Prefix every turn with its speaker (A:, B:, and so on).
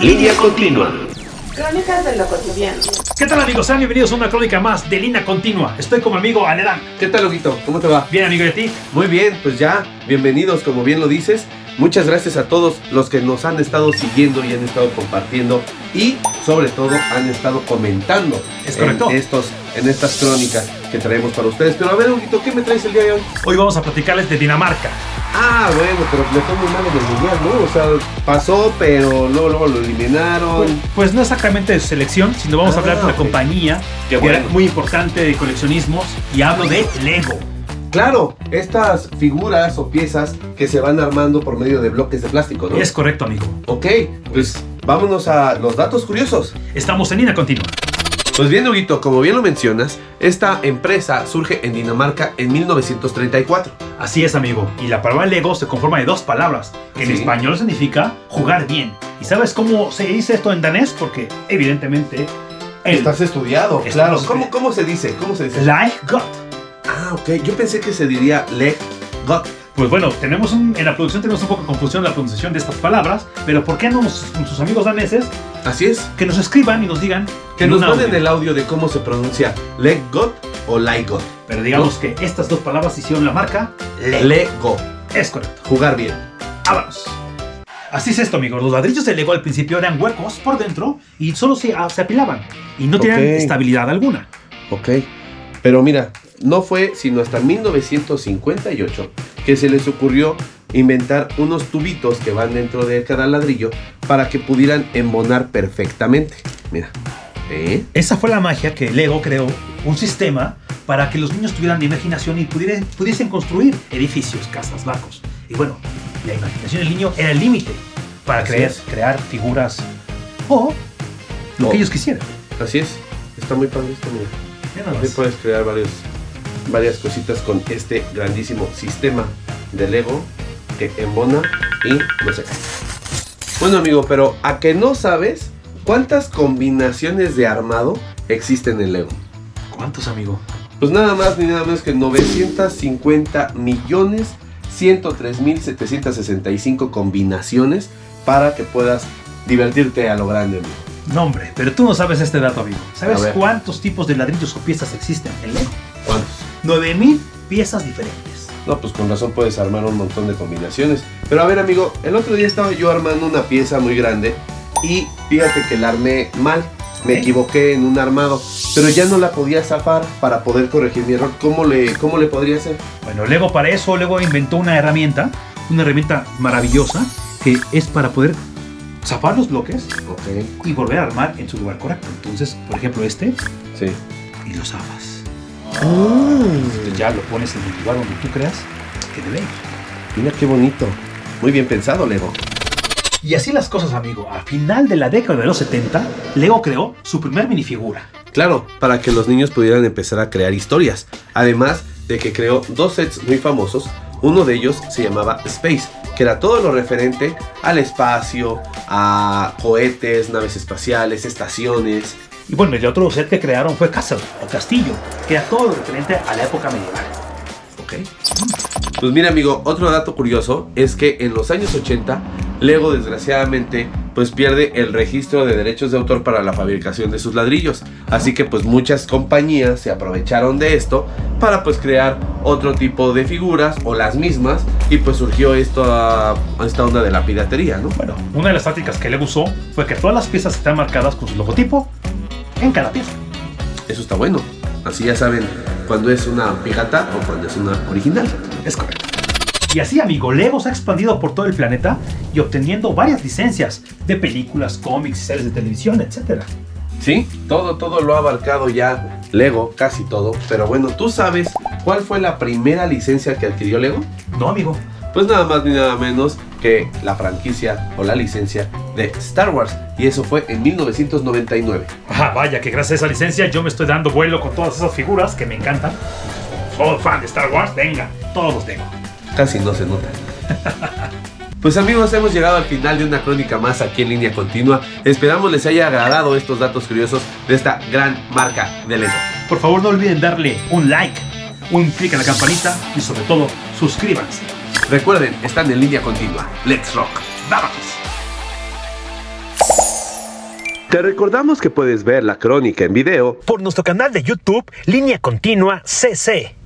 A: Línea continua.
B: Crónicas de lo cotidiano.
C: ¿Qué tal amigos? Sean bienvenidos a una crónica más de Lina Continua. Estoy con mi amigo Aledán.
D: ¿Qué tal, Ojito? ¿Cómo te va?
C: Bien amigo de ti.
D: Muy bien, pues ya, bienvenidos, como bien lo dices. Muchas gracias a todos los que nos han estado siguiendo y han estado compartiendo y sobre todo han estado comentando
C: Es correcto.
D: En, estos, en estas crónicas que traemos para ustedes. Pero a ver, Ojito, ¿qué me traes el día de hoy?
C: Hoy vamos a platicarles de Dinamarca.
D: Ah, bueno, pero le fue muy mal en el mundial, ¿no? O sea, pasó, pero luego, luego lo eliminaron.
C: Pues, pues no exactamente de selección, sino vamos a
D: Ah,
C: hablar de una
D: ok.
C: compañía
D: Qué
C: que
D: bueno.
C: era muy importante de coleccionismos y hablo de Lego.
D: Claro, estas figuras o piezas que se van armando por medio de bloques de plástico, ¿no?
C: Es correcto amigo.
D: Ok, pues vámonos a los datos curiosos.
C: Estamos en Lina Continua.
D: Pues bien, Huguito, como bien lo mencionas, esta empresa surge en Dinamarca en 1934.
C: Así es amigo. Y la palabra Lego se conforma de dos palabras. En
D: Sí.
C: español significa jugar bien. ¿Y sabes cómo se dice esto en danés? Porque evidentemente... el
D: estudiado,
C: Estás
D: claro.
C: estudiado.
D: ¿Cómo, ¿Cómo se dice? ¿Cómo se dice?
C: Like God.
D: Ah, ok. Yo pensé que se diría leg got.
C: Pues bueno, tenemos un- en la producción tenemos un poco de confusión en la pronunciación de estas palabras, pero ¿por qué no nos- nuestros amigos daneses
D: Así es.
C: que nos escriban y nos digan
D: Que
C: en
D: nos
C: un
D: manden
C: audio?
D: el audio de cómo se pronuncia leg got o laigot.
C: Pero digamos que estas dos palabras hicieron la marca Lego.
D: Lego.
C: Es correcto.
D: Jugar bien.
C: Vámonos. Así es esto, amigos. Los ladrillos de Lego al principio eran huecos por dentro y solo se, ah, se apilaban y no tenían
D: Ok.
C: estabilidad alguna.
D: Ok. Pero mira, no fue sino hasta 1958 que se les ocurrió inventar unos tubitos que van dentro de cada ladrillo para que pudieran embonar perfectamente. Mira. ¿Eh?
C: Esa fue la magia que Lego creó un sistema para que los niños tuvieran imaginación y pudieran- pudiesen construir edificios, casas, barcos. Y bueno, la imaginación del niño era el límite para
D: Así
C: creer,
D: es.
C: crear figuras o lo
D: O-
C: que ellos quisieran.
D: Así es. Está muy padre esto, mira.
C: Mira nada
D: Así
C: más.
D: puedes crear varios, varias cositas con este grandísimo sistema de Lego que embona y no se cae. Bueno amigo, pero a que no sabes cuántas combinaciones de armado existen en Lego.
C: ¿Cuántos, amigo?
D: Pues nada más ni nada menos que 950 millones 103 mil 765 combinaciones para que puedas divertirte a lo grande. amigo.
C: No, hombre, pero tú no sabes este dato, amigo. ¿Sabes
D: A ver.
C: cuántos tipos de ladrillos o piezas existen en Lego?
D: ¿Cuántos?
C: 9000 piezas diferentes.
D: No, pues con razón puedes armar un montón de combinaciones. Pero a ver, amigo, el otro día estaba yo armando una pieza muy grande y fíjate que la armé mal. Me
C: Ok.
D: equivoqué en un armado, pero ya no la podía zafar para poder corregir mi error. ¿Cómo le, cómo le podría hacer?
C: Bueno, Lego para eso, Lego inventó una herramienta, una herramienta maravillosa que es para poder zafar los bloques
D: Ok,
C: y volver a armar en su lugar correcto. Entonces, por ejemplo, este,
D: sí.
C: y lo zafas. Entonces ya lo pones en el lugar donde tú creas que debe ir.
D: Mira qué bonito. Muy bien pensado, Lego.
C: Y así las cosas, amigo. A final de la década de los 70, Lego creó su primer minifigura.
D: Claro, para que los niños pudieran empezar a crear historias. Además de que creó dos sets muy famosos. Uno de ellos se llamaba Space, que era todo lo referente al espacio, a cohetes, naves espaciales, estaciones.
C: Y bueno, el otro set que crearon fue Castle, o Castillo, que era todo lo referente a la época medieval.
D: ¿Ok? Pues mira amigo, otro dato curioso es que en los años 80, Lego desgraciadamente pues pierde el registro de derechos de autor para la fabricación de sus ladrillos. Así que pues muchas compañías se aprovecharon de esto para pues crear otro tipo de figuras o las mismas y pues surgió esta, esta onda de la piratería, ¿no?
C: Bueno, una de las tácticas que Lego usó fue que todas las piezas están marcadas con su logotipo en cada pieza.
D: Eso está bueno. Así ya saben cuando es una pirata o cuando es una original.
C: Es correcto. Y así, amigo, Lego se ha expandido por todo el planeta y obteniendo varias licencias de películas, cómics, series de televisión, etc.
D: Sí, todo, todo lo ha abarcado ya Lego, casi todo. Pero bueno, ¿tú sabes cuál fue la primera licencia que adquirió Lego?
C: No, amigo.
D: Pues nada más ni nada menos que la franquicia o la licencia de Star Wars. Y eso fue en 1999.
C: Ah, vaya, que gracias a esa licencia yo me estoy dando vuelo con todas esas figuras que me encantan. Soy fan de Star Wars, venga, todos los tengo.
D: Casi no se nota. Pues amigos, hemos llegado al final de una crónica más aquí en línea continua. Esperamos les haya agradado estos datos curiosos de esta gran marca de Lego.
C: Por favor, no olviden darle un like, un clic en la campanita y sobre todo, suscríbanse.
D: Recuerden, están en línea continua. Let's rock.
C: ¡Vámonos!
D: Te recordamos que puedes ver la crónica en video
C: por nuestro canal de YouTube Línea Continua CC.